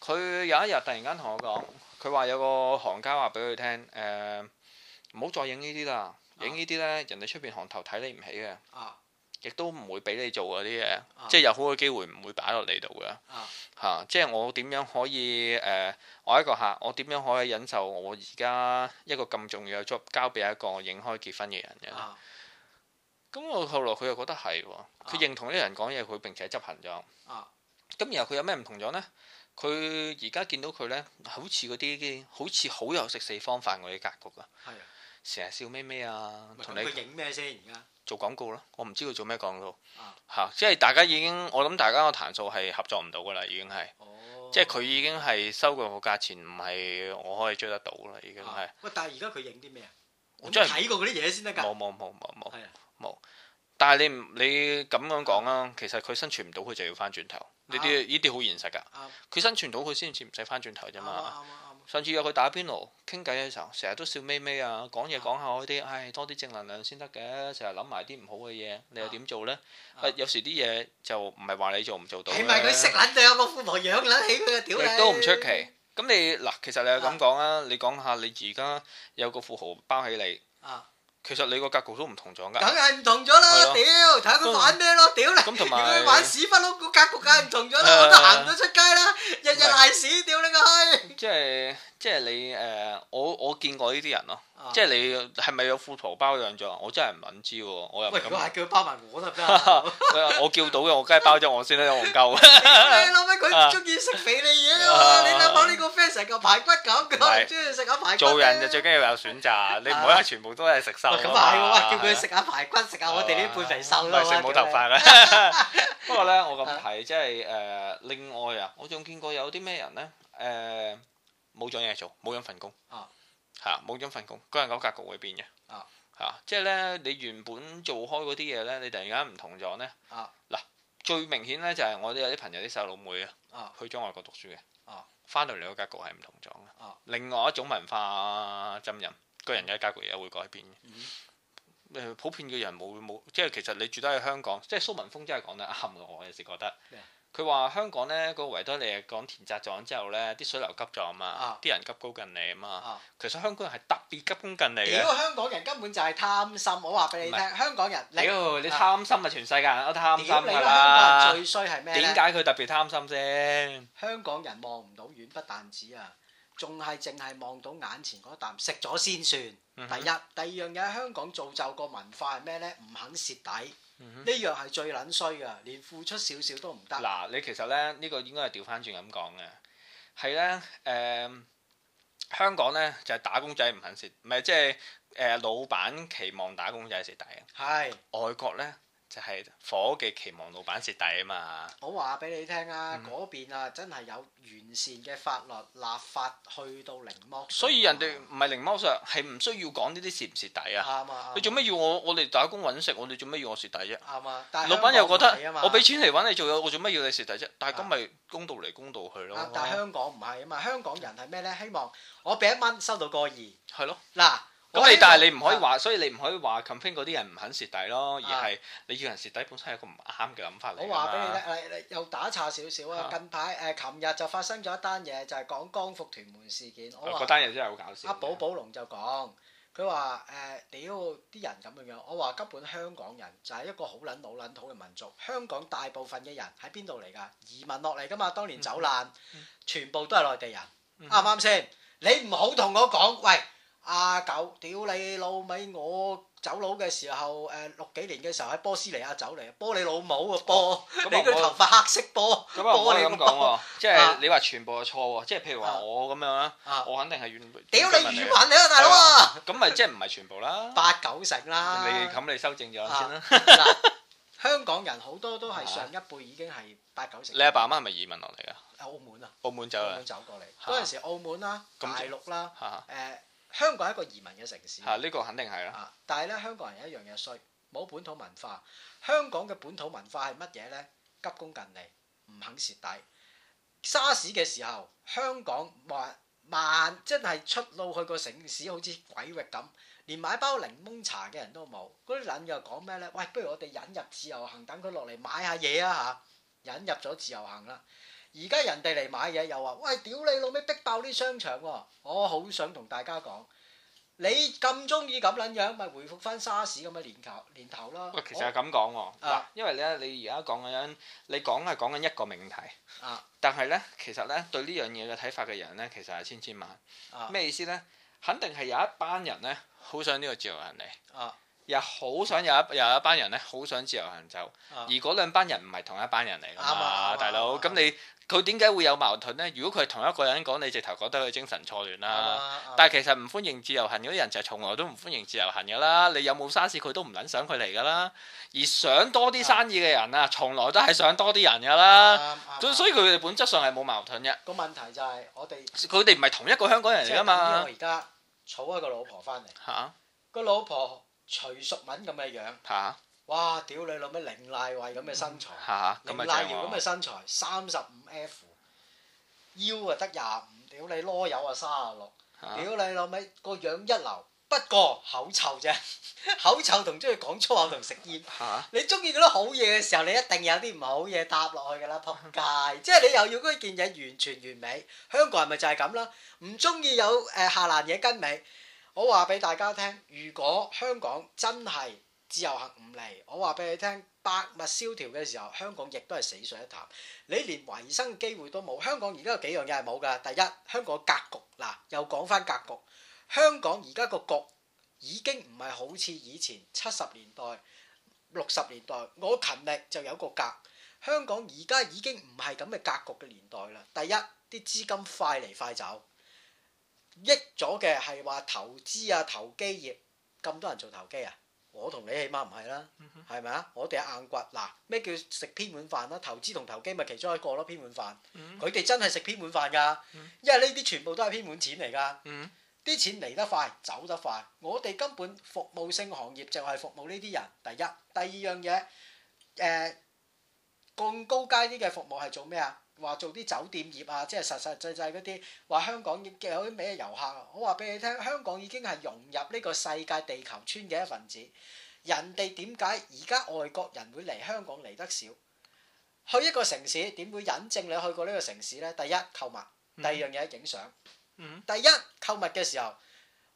[SPEAKER 2] 佢、有一日突然間同我講，佢話有個行家話俾佢聽，誒、唔好再影呢啲
[SPEAKER 1] 啊
[SPEAKER 2] 啦，影呢啲咧人哋出邊行頭睇你唔起嘅，
[SPEAKER 1] 係啊
[SPEAKER 2] 亦都唔會俾你做嗰啲嘢，
[SPEAKER 1] 啊
[SPEAKER 2] 即係有好嘅機會唔會擺落你度嘅。
[SPEAKER 1] 啊
[SPEAKER 2] 嚇、即係我點樣可以誒、我一個客，我點樣可以忍受我而家一個咁重要嘅 job 交俾一個影開結婚嘅人嘅？
[SPEAKER 1] 啊
[SPEAKER 2] 咁我後來佢又覺得係喎，佢認同呢個人講嘢，佢並且執行咗。
[SPEAKER 1] 啊
[SPEAKER 2] 咁然後佢有咩唔同咗呢？佢而家見到佢呢，好似嗰啲好似好有食四方飯嗰啲格局啊，
[SPEAKER 1] 係啊，
[SPEAKER 2] 成日笑眯眯啊，
[SPEAKER 1] 唔係
[SPEAKER 2] 同
[SPEAKER 1] 咁
[SPEAKER 2] 你
[SPEAKER 1] 佢影咩先而家？
[SPEAKER 2] 做廣告咯。我唔知佢做咩廣告
[SPEAKER 1] 啊
[SPEAKER 2] 嚇、即係大家已經我諗大家個談數係合作唔到噶啦，已經係，
[SPEAKER 1] 哦，
[SPEAKER 2] 即係佢已經係收過個價錢，唔係我可以追得到啦，已經
[SPEAKER 1] 啊
[SPEAKER 2] 係。
[SPEAKER 1] 喂，但係而家佢影啲咩啊？
[SPEAKER 2] 我
[SPEAKER 1] 我
[SPEAKER 2] 真
[SPEAKER 1] 真
[SPEAKER 2] 係
[SPEAKER 1] 係睇過嗰啲嘢先得㗎。
[SPEAKER 2] 冇冇冇冇冇
[SPEAKER 1] 係啊
[SPEAKER 2] 冇。但係你唔你咁樣講啦，其實佢生存唔到，佢就要翻轉頭。呢
[SPEAKER 1] 啊
[SPEAKER 2] 啲呢啲好現實㗎。
[SPEAKER 1] 啱
[SPEAKER 2] 佢生存到，佢先至唔使翻轉頭啫
[SPEAKER 1] 啱
[SPEAKER 2] 嘛。
[SPEAKER 1] 啊啱啊啱啊！
[SPEAKER 2] 上次約佢打邊爐傾偈嘅時候，成日都笑眯眯啊，講嘢講下嗰啲，唉，多啲正能量先得嘅，成日諗埋啲唔好嘅嘢，你又點做呢？
[SPEAKER 1] 啊
[SPEAKER 2] 啊有時啲嘢就唔係話你做唔做到
[SPEAKER 1] 係咪佢識
[SPEAKER 2] 嘅，
[SPEAKER 1] 撚就有個富婆養撚起佢啊？屌你！
[SPEAKER 2] 亦都唔出奇。咁你嗱，其實你係咁講啊，你講下你而家有個富豪包起你，
[SPEAKER 1] 啊！
[SPEAKER 2] 其實你個格局都唔同咗
[SPEAKER 1] 梗
[SPEAKER 2] 㗎。
[SPEAKER 1] 係唔同咗
[SPEAKER 2] 係咯
[SPEAKER 1] 啦！屌，睇下佢玩咩咯！屌你！
[SPEAKER 2] 咁同
[SPEAKER 1] 如果
[SPEAKER 2] 埋
[SPEAKER 1] 佢玩屎忽窿個格局梗係唔同咗
[SPEAKER 2] 誒
[SPEAKER 1] 啦，我都行咗出街啦，日日
[SPEAKER 2] 唔係
[SPEAKER 1] 賴屎，屌你個閪！
[SPEAKER 2] 即係即係你誒、呃我我見過呢啲人咯，
[SPEAKER 1] 啊
[SPEAKER 2] 即係你係咪有富婆包養咗？我真係唔撚知喎，我又唔
[SPEAKER 1] 喂，
[SPEAKER 2] *laughs*
[SPEAKER 1] 如果係
[SPEAKER 2] 敢。
[SPEAKER 1] 叫佢包埋我得唔得
[SPEAKER 2] *laughs*
[SPEAKER 1] 啊？
[SPEAKER 2] 我叫到嘅，我梗係包咗我先啦，我唔夠。
[SPEAKER 1] *laughs* 你老味
[SPEAKER 2] 啊
[SPEAKER 1] 佢中意食肥膩嘢
[SPEAKER 2] 啊
[SPEAKER 1] 啊嘛！你諗下呢個 friend 成嚿排骨咁，
[SPEAKER 2] 唔係
[SPEAKER 1] 佢中意食下排骨咧。
[SPEAKER 2] 做人就最緊要有選擇，你唔好
[SPEAKER 1] 啊
[SPEAKER 2] 係全部都係食瘦
[SPEAKER 1] 喂
[SPEAKER 2] 啊
[SPEAKER 1] 咁
[SPEAKER 2] 嘛
[SPEAKER 1] 啊係喎，喂叫佢食下排骨，食下我哋呢啲半肥瘦
[SPEAKER 2] 唔
[SPEAKER 1] 啦，
[SPEAKER 2] 係食
[SPEAKER 1] *laughs*
[SPEAKER 2] 冇頭
[SPEAKER 1] 屌你
[SPEAKER 2] 髮啦。過咧，我咁睇，即係誒、呃另外啊，我仲見過有啲咩人咧誒冇咗嘢做，冇咗份工
[SPEAKER 1] 啊，
[SPEAKER 2] 嚇冇咗份工，個人個格局會變嘅
[SPEAKER 1] 啊
[SPEAKER 2] 嚇，即係咧你原本做開嗰啲嘢咧，你突然間唔同咗咧
[SPEAKER 1] 啊
[SPEAKER 2] 嗱，最明顯咧就係我哋有啲朋友啲細佬妹啊
[SPEAKER 1] 啊，
[SPEAKER 2] 去咗外國讀書嘅
[SPEAKER 1] 啊，
[SPEAKER 2] 翻到嚟個格局係唔同咗嘅
[SPEAKER 1] 啊，
[SPEAKER 2] 另外一種文化浸淫，個人嘅格局又會改變嘅。
[SPEAKER 1] 嗯
[SPEAKER 2] 誒普遍嘅人冇冇，即係其實你住得喺香港，即係蘇文峰真係講得啱嘅，我有時覺得
[SPEAKER 1] 咩啊。
[SPEAKER 2] 佢話香港呢個維多利亞港填窄咗之後呢，啲水流急咗啊嘛
[SPEAKER 1] 啊，
[SPEAKER 2] 啲人急功近利啊嘛。
[SPEAKER 1] 啊！
[SPEAKER 2] 其實香港人係特別急功近利嘅。
[SPEAKER 1] 屌香港人根本就係貪心，我話俾你聽，香港人你
[SPEAKER 2] 屌你貪心啊！全世界人都貪心
[SPEAKER 1] 屌你
[SPEAKER 2] 㗎
[SPEAKER 1] 啦！香港人
[SPEAKER 2] 啦。
[SPEAKER 1] 最衰係咩
[SPEAKER 2] 點
[SPEAKER 1] 咧？
[SPEAKER 2] 解佢特別貪心先？
[SPEAKER 1] 香港人望唔到遠不但止啊，仲係淨係望到眼前嗰啖，食咗先算。
[SPEAKER 2] 嗯
[SPEAKER 1] 第
[SPEAKER 2] 哼
[SPEAKER 1] 一，第二樣嘢香港造就個文化係咩咧？唔肯蝕底，
[SPEAKER 2] 嗯哼
[SPEAKER 1] 呢樣係最撚衰噶，連付出少少都唔得。
[SPEAKER 2] 嗱，你其實咧呢、呢個應該係調翻轉咁講嘅，係咧誒香港咧就係、打工仔唔肯蝕，唔係即係誒老闆期望打工仔蝕底啊，
[SPEAKER 1] 係，
[SPEAKER 2] 外國咧就係、伙計期望老闆蝕底啊嘛，
[SPEAKER 1] 我話俾你聽啊，
[SPEAKER 2] 嗯
[SPEAKER 1] 嗰邊啊真係有完善嘅法律立法去到零剝削。
[SPEAKER 2] 所以人哋唔係零剝削，係唔需要講呢啲蝕唔蝕底
[SPEAKER 1] 啱
[SPEAKER 2] 啊。
[SPEAKER 1] 啊啱啊，
[SPEAKER 2] 你做咩要我我哋打工揾食，我哋做咩要我蝕底啫？
[SPEAKER 1] 啱啊？但係
[SPEAKER 2] 老闆又
[SPEAKER 1] 香
[SPEAKER 2] 覺
[SPEAKER 1] 港唔係啊
[SPEAKER 2] 得
[SPEAKER 1] 嘛
[SPEAKER 2] 我俾錢嚟揾你做嘢，我做咩要你蝕底啫？但係咁咪公道嚟公道去咯
[SPEAKER 1] 啊，但係香港唔係啊嘛，香港人係咩咧？希望我俾一蚊收到個二嗱。
[SPEAKER 2] 係咯。咁你但係你唔可以話，所以你唔可以話 complain 嗰啲人唔肯蝕底咯，而
[SPEAKER 1] 啊
[SPEAKER 2] 係你要人蝕底本身係一個唔啱嘅諗法嚟㗎
[SPEAKER 1] 我
[SPEAKER 2] 嘛
[SPEAKER 1] 話俾你聽，誒誒又打岔少少啊！
[SPEAKER 2] 啊
[SPEAKER 1] 近排誒，琴日就發生咗一單嘢，就係講光復屯門事件。我
[SPEAKER 2] 嗰
[SPEAKER 1] 話
[SPEAKER 2] 單嘢真係好搞笑嘅。
[SPEAKER 1] 阿寶寶龍就講，佢話誒屌啲人咁樣樣，我話根本香港人就係一個好撚老撚土嘅民族。香港大部分嘅人喺邊度嚟㗎？移民落嚟㗎嘛，當年走難，全部都係內地人。
[SPEAKER 2] 嗯
[SPEAKER 1] 啱唔啱先？你唔好同我講，喂，阿九，屌你老味！我走佬嘅時候，誒、六幾年嘅時候喺波斯尼亞走嚟，波你老母啊波！
[SPEAKER 2] 咁
[SPEAKER 1] 你
[SPEAKER 2] 啊
[SPEAKER 1] 嗰啲
[SPEAKER 2] 我
[SPEAKER 1] 頭髮黑色波
[SPEAKER 2] 咁啊，唔可以咁講喎，即係
[SPEAKER 1] 啊
[SPEAKER 2] 你話全部係錯喎，即係譬如話
[SPEAKER 1] 啊
[SPEAKER 2] 我咁樣啦，
[SPEAKER 1] 啊！
[SPEAKER 2] 我肯定係遠。
[SPEAKER 1] 屌你
[SPEAKER 2] 遠
[SPEAKER 1] 語
[SPEAKER 2] 近聞
[SPEAKER 1] 文
[SPEAKER 2] 嚟
[SPEAKER 1] 你啊，大佬啊！
[SPEAKER 2] 咁咪即係唔係全部啦？
[SPEAKER 1] 八九成啦。
[SPEAKER 2] 你咁你修正咗先
[SPEAKER 1] 啊
[SPEAKER 2] 啦。
[SPEAKER 1] 嗱，香港人好多都係上一輩已經係八九成。
[SPEAKER 2] 啊你阿爸阿媽係咪移民落嚟㗎？
[SPEAKER 1] 喺澳門啊，
[SPEAKER 2] 澳門走
[SPEAKER 1] 澳
[SPEAKER 2] 啊
[SPEAKER 1] 門？走過嚟
[SPEAKER 2] 嚇
[SPEAKER 1] 嗰陣時，澳門啦、
[SPEAKER 2] 咁
[SPEAKER 1] 大陸啦、
[SPEAKER 2] 嚇
[SPEAKER 1] 誒香港係一個移民嘅城市。
[SPEAKER 2] 啊嚇，呢個肯定係啦。
[SPEAKER 1] 啊！但係咧，香港人有一樣嘢衰，冇本土文化。香港嘅本土文化係乜嘢咧？急功近利，唔肯蝕底。沙士嘅時候，香港慢慢真係出路去個城市，好似鬼域咁，連買包檸檬茶嘅人都冇。嗰啲撚又講咩咧？喂，不如我哋引入自由行，等佢落嚟買下嘢啊嚇！引入咗自由行啦。而家人哋嚟買嘢又話：喂，屌你老味，逼爆啲商場喎、我好想同大家講，你咁中意咁撚樣，咪回復翻沙士咁嘅年頭年頭啦。
[SPEAKER 2] 喂，其實係咁講喎，嗱
[SPEAKER 1] 啊，
[SPEAKER 2] 因為咧你而家講緊你講係講緊一個命題。
[SPEAKER 1] 我啊
[SPEAKER 2] 但係咧，其實咧對呢樣嘢嘅睇法嘅人咧，其實係千千萬。
[SPEAKER 1] 啊
[SPEAKER 2] 咩意思咧？肯定係有一班人咧，好想呢個自由行嚟，
[SPEAKER 1] 啊
[SPEAKER 2] 又好想有一又有一班人咧，好想自由行走。
[SPEAKER 1] 啊
[SPEAKER 2] 而！嗰兩班人唔係同一班人嚟㗎
[SPEAKER 1] 啱啊啱
[SPEAKER 2] 嘛，
[SPEAKER 1] 啊
[SPEAKER 2] 大佬。
[SPEAKER 1] 啱
[SPEAKER 2] 咁
[SPEAKER 1] 啊
[SPEAKER 2] 你佢點解會有矛盾咧？如果佢係同一個人講，你直頭覺得佢精神錯亂啦。
[SPEAKER 1] 啊
[SPEAKER 2] 但係其實唔歡迎自由行嗰啲人就係從來都唔歡迎自由行㗎啦，你有冇沙士佢都唔撚想佢嚟㗎啦。而想多啲生意嘅人啊，從來都係想多啲人㗎
[SPEAKER 1] 啊
[SPEAKER 2] 啦。
[SPEAKER 1] 啱啱
[SPEAKER 2] 所所以佢哋本質上係冇矛盾嘅。
[SPEAKER 1] 個問題就係我哋
[SPEAKER 2] 佢哋唔係同一個香港人
[SPEAKER 1] 即
[SPEAKER 2] 嚟
[SPEAKER 1] 係等於
[SPEAKER 2] 噶嘛
[SPEAKER 1] 我而家啊儲一個老婆翻嚟，
[SPEAKER 2] 嚇
[SPEAKER 1] 個老婆徐淑敏咁嘅樣，
[SPEAKER 2] 嚇
[SPEAKER 1] 哇！屌你老味，凌賴慧咁嘅身材，
[SPEAKER 2] 嚇咁
[SPEAKER 1] 凌
[SPEAKER 2] 咪
[SPEAKER 1] 賴
[SPEAKER 2] 正
[SPEAKER 1] 瑤咁嘅
[SPEAKER 2] 喎，
[SPEAKER 1] 身材，三十五 F，腰啊得廿五，屌你啰柚啊三啊六，
[SPEAKER 2] 嚇
[SPEAKER 1] 屌你老味個樣一流，不過口臭啫，口臭同中意講粗口同食煙。
[SPEAKER 2] 嚇
[SPEAKER 1] 你中意嗰啲好嘢嘅時候，你一定有啲唔好嘢搭落去㗎啦，仆 *laughs* 街！即係你又要嗰件嘢完全完美，香港人咪就係咁啦，唔中意有誒、呃下爛嘢跟尾。我話俾大家聽，如果香港真係自由行唔嚟，我話俾你聽，百物蕭條嘅時候，香港亦都係死水一潭。你連維生嘅機會都冇。香港而家有幾樣嘢係冇㗎。第一，香港格局嗱，又講翻格局。香港而家個局已經唔係好似以前七十年代、六十年代，我勤力就有個格。香港而家已經唔係咁嘅格局嘅年代啦。第一，啲資金快嚟快走，益咗嘅係話投資啊、投機業，咁多人做投機啊？我同你起碼唔係啦，係咪啊？我哋係硬骨嗱，咩叫食偏碗飯啦？投資同投機咪其中一個咯，偏碗飯。
[SPEAKER 2] 嗯
[SPEAKER 1] 佢哋真係食偏碗飯㗎，因為呢啲全部都係偏碗錢嚟㗎。
[SPEAKER 2] 嗯
[SPEAKER 1] 啲錢嚟得快，走得快。我哋根本服務性行業就係服務呢啲人。第一，第二樣嘢，誒、更高階啲嘅服務係做咩啊？話做啲酒店業啊，即係實實際際嗰啲話香港嘅有啲咩遊客啊，我話俾你聽，香港已經係融入呢個世界地球村嘅一份子。人哋點解而家外國人會嚟香港嚟得少？去一個城市點會引證你去過呢個城市呢？第一購物，第二樣嘢影相。
[SPEAKER 2] 嗯
[SPEAKER 1] 第一購物嘅時候，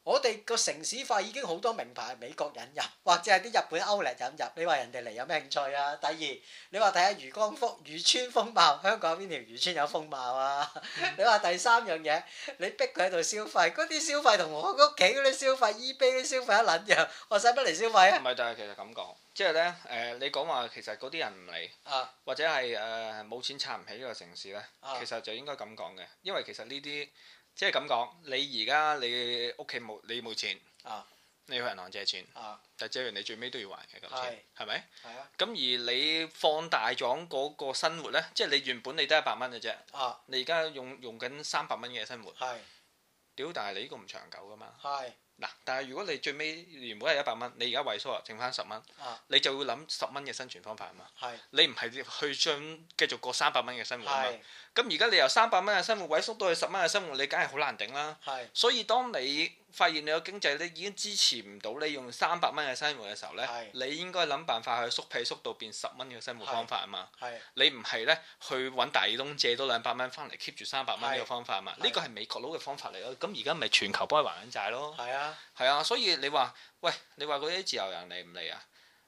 [SPEAKER 1] 我哋個城市化已經好多名牌係美國引入， *laughs* 或者係啲日本歐力引入。你話人哋嚟有咩興趣啊？第二，你話睇下漁光風漁村風貌， *laughs* 香港邊條漁村有風貌啊？
[SPEAKER 2] 嗯
[SPEAKER 1] *laughs* 你話第三樣嘢，你逼佢喺度消費，嗰啲消費同我屋企嗰啲消費、eBay 啲消費一撚樣，我使乜嚟消費啊
[SPEAKER 2] 唔係，但係其實咁講，即係咧誒，你講話其實嗰啲人唔嚟，
[SPEAKER 1] 啊？
[SPEAKER 2] 或者係誒冇錢撐唔起呢個城市咧，
[SPEAKER 1] 啊
[SPEAKER 2] 嗯其實就應該咁講嘅，因為其實呢啲即係咁講，你而家你屋企冇你冇錢，
[SPEAKER 1] 啊
[SPEAKER 2] 你去銀行借錢，
[SPEAKER 1] 啊啊，
[SPEAKER 2] 但係借完你最尾都要還嘅咁
[SPEAKER 1] 係
[SPEAKER 2] 錢，係咪？
[SPEAKER 1] 係啊
[SPEAKER 2] 咁而你放大咗嗰個生活咧，即係你原本你得一百蚊嘅啫，
[SPEAKER 1] 啊
[SPEAKER 2] 你而家用用緊三百蚊嘅生活，
[SPEAKER 1] 係
[SPEAKER 2] 屌！但係你呢個唔長久噶嘛。
[SPEAKER 1] 係
[SPEAKER 2] 嗱，但係如果你最尾原本係一百蚊，你而家萎縮啦，剩翻十蚊
[SPEAKER 1] 啊，
[SPEAKER 2] 你就會諗十蚊嘅生存方法啊嘛。
[SPEAKER 1] 係
[SPEAKER 2] 你唔係去將繼續過三百蚊嘅生活啊嘛。
[SPEAKER 1] 係
[SPEAKER 2] 咁而家你由三百蚊嘅生活萎縮到去十蚊嘅生活，你梗係好難頂啦。
[SPEAKER 1] 係
[SPEAKER 2] 所以當你發現你個經濟咧已經支持唔到你用三百蚊嘅生活嘅時候咧
[SPEAKER 1] 係，
[SPEAKER 2] 你應該諗辦法去縮皮縮到變十蚊嘅生活方法啊嘛。
[SPEAKER 1] 係
[SPEAKER 2] 你唔係咧去揾大耳窿借多兩百蚊翻嚟 keep 住三百蚊呢個
[SPEAKER 1] 係
[SPEAKER 2] 方法啊嘛。
[SPEAKER 1] 係
[SPEAKER 2] 呢個係美國佬嘅方法嚟咯。咁而家咪全球幫佢還緊債咯。
[SPEAKER 1] 係啊
[SPEAKER 2] 係啊，所以你話喂，你話嗰啲自由人嚟唔嚟啊？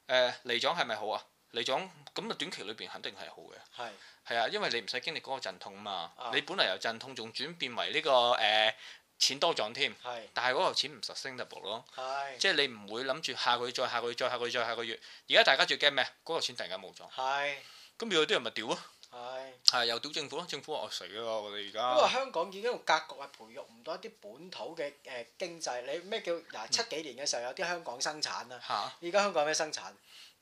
[SPEAKER 2] 誒嚟咗係咪好啊？嚟咗咁啊，短期裏邊肯定係好嘅。
[SPEAKER 1] 係
[SPEAKER 2] 係啊，因為你唔使經歷嗰個陣痛嘛。
[SPEAKER 1] 啊
[SPEAKER 2] 你本嚟由陣痛，仲轉變為呢、個誒、呃、錢多撞添。
[SPEAKER 1] 係
[SPEAKER 2] 但係嗰個錢唔 sustainable 咯，
[SPEAKER 1] 係。
[SPEAKER 2] 即係你唔會諗住下個月再、下個月再、下個月再、下個月。而家大家最驚咩？嗰、個錢突然間冇咗，
[SPEAKER 1] 係
[SPEAKER 2] 咁有啲人咪屌咯，
[SPEAKER 1] 係，
[SPEAKER 2] 係又屌政府咯，政府話我死啦！我哋而
[SPEAKER 1] 因為
[SPEAKER 2] 家
[SPEAKER 1] 香港已經個格局係培育唔到一啲本土嘅誒經濟。你咩叫嗱七幾年嘅時候有啲香港生產啦，
[SPEAKER 2] 嚇
[SPEAKER 1] 而家香港有咩生產？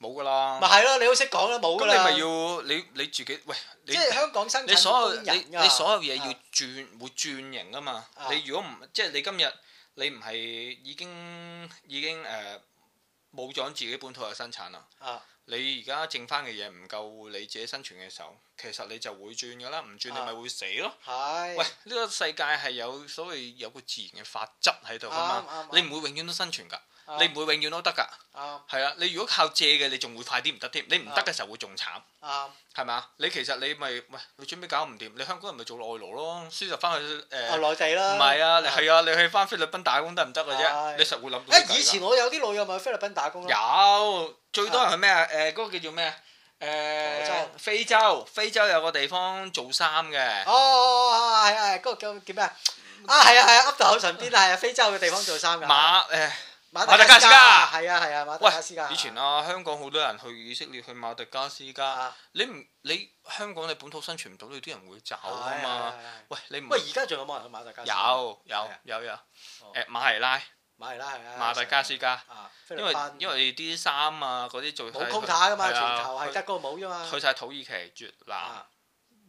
[SPEAKER 2] 冇噶啦
[SPEAKER 1] 咪，係咯，你好識講啦，冇
[SPEAKER 2] 咁
[SPEAKER 1] 㗎
[SPEAKER 2] 你
[SPEAKER 1] 啦。
[SPEAKER 2] 咪要你你自己喂你
[SPEAKER 1] 即。係香港生
[SPEAKER 2] 你
[SPEAKER 1] 產
[SPEAKER 2] 所
[SPEAKER 1] 工
[SPEAKER 2] 有
[SPEAKER 1] 人
[SPEAKER 2] 你
[SPEAKER 1] 㗎。
[SPEAKER 2] 你所有嘢
[SPEAKER 1] 啊
[SPEAKER 2] 要轉會轉型啊嘛！
[SPEAKER 1] 啊
[SPEAKER 2] 你如果唔即係你今日你唔係已經已經誒冇咗自己本土嘅生產啦，
[SPEAKER 1] 啊
[SPEAKER 2] 你而家剩翻嘅嘢唔夠你自己生存嘅時候，其實你就會轉㗎啦，唔轉你
[SPEAKER 1] 啊
[SPEAKER 2] 咪會死咯。
[SPEAKER 1] 係
[SPEAKER 2] 喂，呢個世界係有所謂有個自然嘅法則喺度㗎
[SPEAKER 1] 啊啱啊
[SPEAKER 2] 嘛
[SPEAKER 1] 啱，
[SPEAKER 2] 你唔會永遠都生存㗎，
[SPEAKER 1] 啱
[SPEAKER 2] 你唔會永遠都得㗎。
[SPEAKER 1] 啱
[SPEAKER 2] 係啊，你如果靠借嘅，你仲會快啲唔得添，你唔
[SPEAKER 1] 啊
[SPEAKER 2] 得嘅時候會仲慘。
[SPEAKER 1] 啱
[SPEAKER 2] 係嘛？你其實你咪喂，你最尾搞唔掂，你香港人咪做內勞咯，輸入翻去
[SPEAKER 1] 啊
[SPEAKER 2] 誒，
[SPEAKER 1] 內地
[SPEAKER 2] 唔
[SPEAKER 1] 啦。
[SPEAKER 2] 係啊，你係啊，你去翻菲律賓打工得唔得嘅啫？
[SPEAKER 1] 係
[SPEAKER 2] 你實會諗到呢個計
[SPEAKER 1] 誒，
[SPEAKER 2] 㗎。
[SPEAKER 1] 以前我有啲老友咪去菲律賓打工咯。
[SPEAKER 2] 有最多人去咩啊？誒，嗰個叫做咩啊？
[SPEAKER 1] 羅
[SPEAKER 2] 誒
[SPEAKER 1] 州，
[SPEAKER 2] 非洲，非洲有個地方做衫嘅，
[SPEAKER 1] 哦哦哦，係啊，嗰個叫叫咩啊？啊，係啊係啊，噏到口唇邊啊，係啊，非洲嘅地方做衫㗎。
[SPEAKER 2] 馬誒，
[SPEAKER 1] 馬
[SPEAKER 2] 馬達加斯加
[SPEAKER 1] 係啊係啊，馬達加斯加。
[SPEAKER 2] 以前啊，香港好多人去以色列、去馬達加斯加，
[SPEAKER 1] 啊，
[SPEAKER 2] 你唔你香港你本土生存唔到，你啲人會走啊
[SPEAKER 1] 係
[SPEAKER 2] 嘛。。
[SPEAKER 1] 係係係
[SPEAKER 2] 喂，你唔
[SPEAKER 1] 喂，而家仲有冇人去馬達加斯加？
[SPEAKER 2] 有有
[SPEAKER 1] 啊
[SPEAKER 2] 有有
[SPEAKER 1] 哦
[SPEAKER 2] 誒馬尼拉、
[SPEAKER 1] 馬嚟啦，係啊。
[SPEAKER 2] 馬達加斯加。
[SPEAKER 1] 啊，菲律
[SPEAKER 2] 因為
[SPEAKER 1] 賓
[SPEAKER 2] 因為啲衫啊嗰啲做
[SPEAKER 1] 冇 quota 噶嘛，
[SPEAKER 2] 啊
[SPEAKER 1] 全球係
[SPEAKER 2] 得
[SPEAKER 1] 得嗰個帽啫嘛。
[SPEAKER 2] 去晒土耳其、越南
[SPEAKER 1] 啊、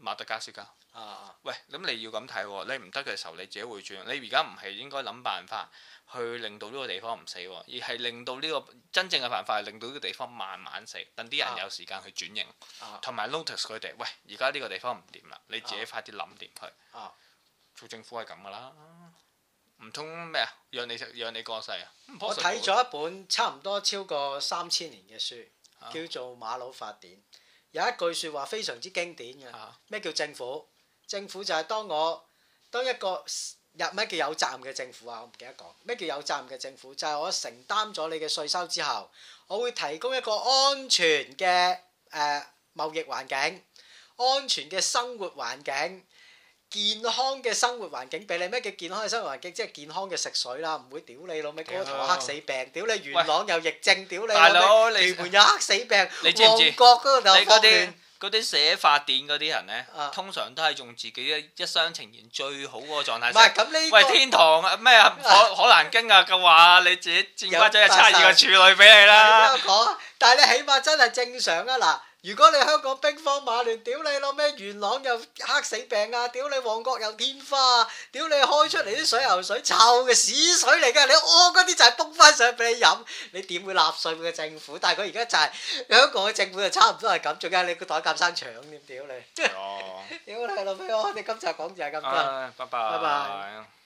[SPEAKER 2] 馬達加斯加。
[SPEAKER 1] 啊啊
[SPEAKER 2] 喂，咁你要咁睇喎，你唔得嘅時候你自己會轉。你而家唔係應該諗辦法去令到呢個地方唔死喎，而係令到呢個真正嘅辦法係令到呢個地方慢慢死，等啲
[SPEAKER 1] 啊
[SPEAKER 2] 人有時間去轉型，
[SPEAKER 1] 啊
[SPEAKER 2] 同埋 notice 佢哋。喂，而家呢個地方唔掂啦，你自己
[SPEAKER 1] 啊
[SPEAKER 2] 快啲諗掂佢。
[SPEAKER 1] 啊！
[SPEAKER 2] 做政府係咁噶啦，唔通咩啊？讓你食，讓你過世啊？
[SPEAKER 1] 我睇咗一本差唔多超過三千年嘅書
[SPEAKER 2] 啊，
[SPEAKER 1] 叫做《馬魯法典》，有一句説話非常之經典嘅。
[SPEAKER 2] 啊
[SPEAKER 1] 咩叫政府？政府就係當我當一個入咩叫有責任嘅政府啊！我唔記得講咩叫有責任嘅政府，就係、我承擔咗你嘅稅收之後，我會提供一個安全嘅誒、呃、貿易環境、安全嘅生活環境、健康嘅生活環境俾你。咩叫健康嘅生活環境？即係健康嘅食水啦，唔會屌你老味
[SPEAKER 2] 屌
[SPEAKER 1] 嗰頭黑死病，屌你元朗有疫症，屌你
[SPEAKER 2] 大
[SPEAKER 1] 老
[SPEAKER 2] 佬
[SPEAKER 1] 味
[SPEAKER 2] 你
[SPEAKER 1] 屯門有黑死病，
[SPEAKER 2] 你知唔知
[SPEAKER 1] 旺角嗰度
[SPEAKER 2] 你
[SPEAKER 1] 有
[SPEAKER 2] 嗰
[SPEAKER 1] 霍
[SPEAKER 2] 啲
[SPEAKER 1] 亂，
[SPEAKER 2] 嗰啲寫法典嗰啲人咧
[SPEAKER 1] 啊，
[SPEAKER 2] 通常都係用自己一一廂情願最好嗰個狀態
[SPEAKER 1] 唔係
[SPEAKER 2] 寫。
[SPEAKER 1] 咁呢
[SPEAKER 2] 喂，
[SPEAKER 1] 個
[SPEAKER 2] 天堂啊咩
[SPEAKER 1] *laughs*
[SPEAKER 2] 啊，可可蘭經啊嘅話，你自己戰瓜仔就差二個處女俾你
[SPEAKER 1] *laughs*
[SPEAKER 2] 啦。
[SPEAKER 1] 你聽我講，但係你起碼真係正常啊嗱。如果你香港兵荒馬亂，屌你老咩元朗又黑死病啊，屌你旺角又天花啊，屌你開出嚟啲水喉水臭嘅屎水嚟嘅，你屙嗰啲就係泵翻上俾你飲，你點會納税嘅政府？但係佢而家就係、香港嘅政府就差唔多係咁，仲加你個袋夾生腸添，屌你！
[SPEAKER 2] 係咯
[SPEAKER 1] 屌你老味，我哋今集講就係咁多。
[SPEAKER 2] 啊拜
[SPEAKER 1] 拜拜
[SPEAKER 2] 拜。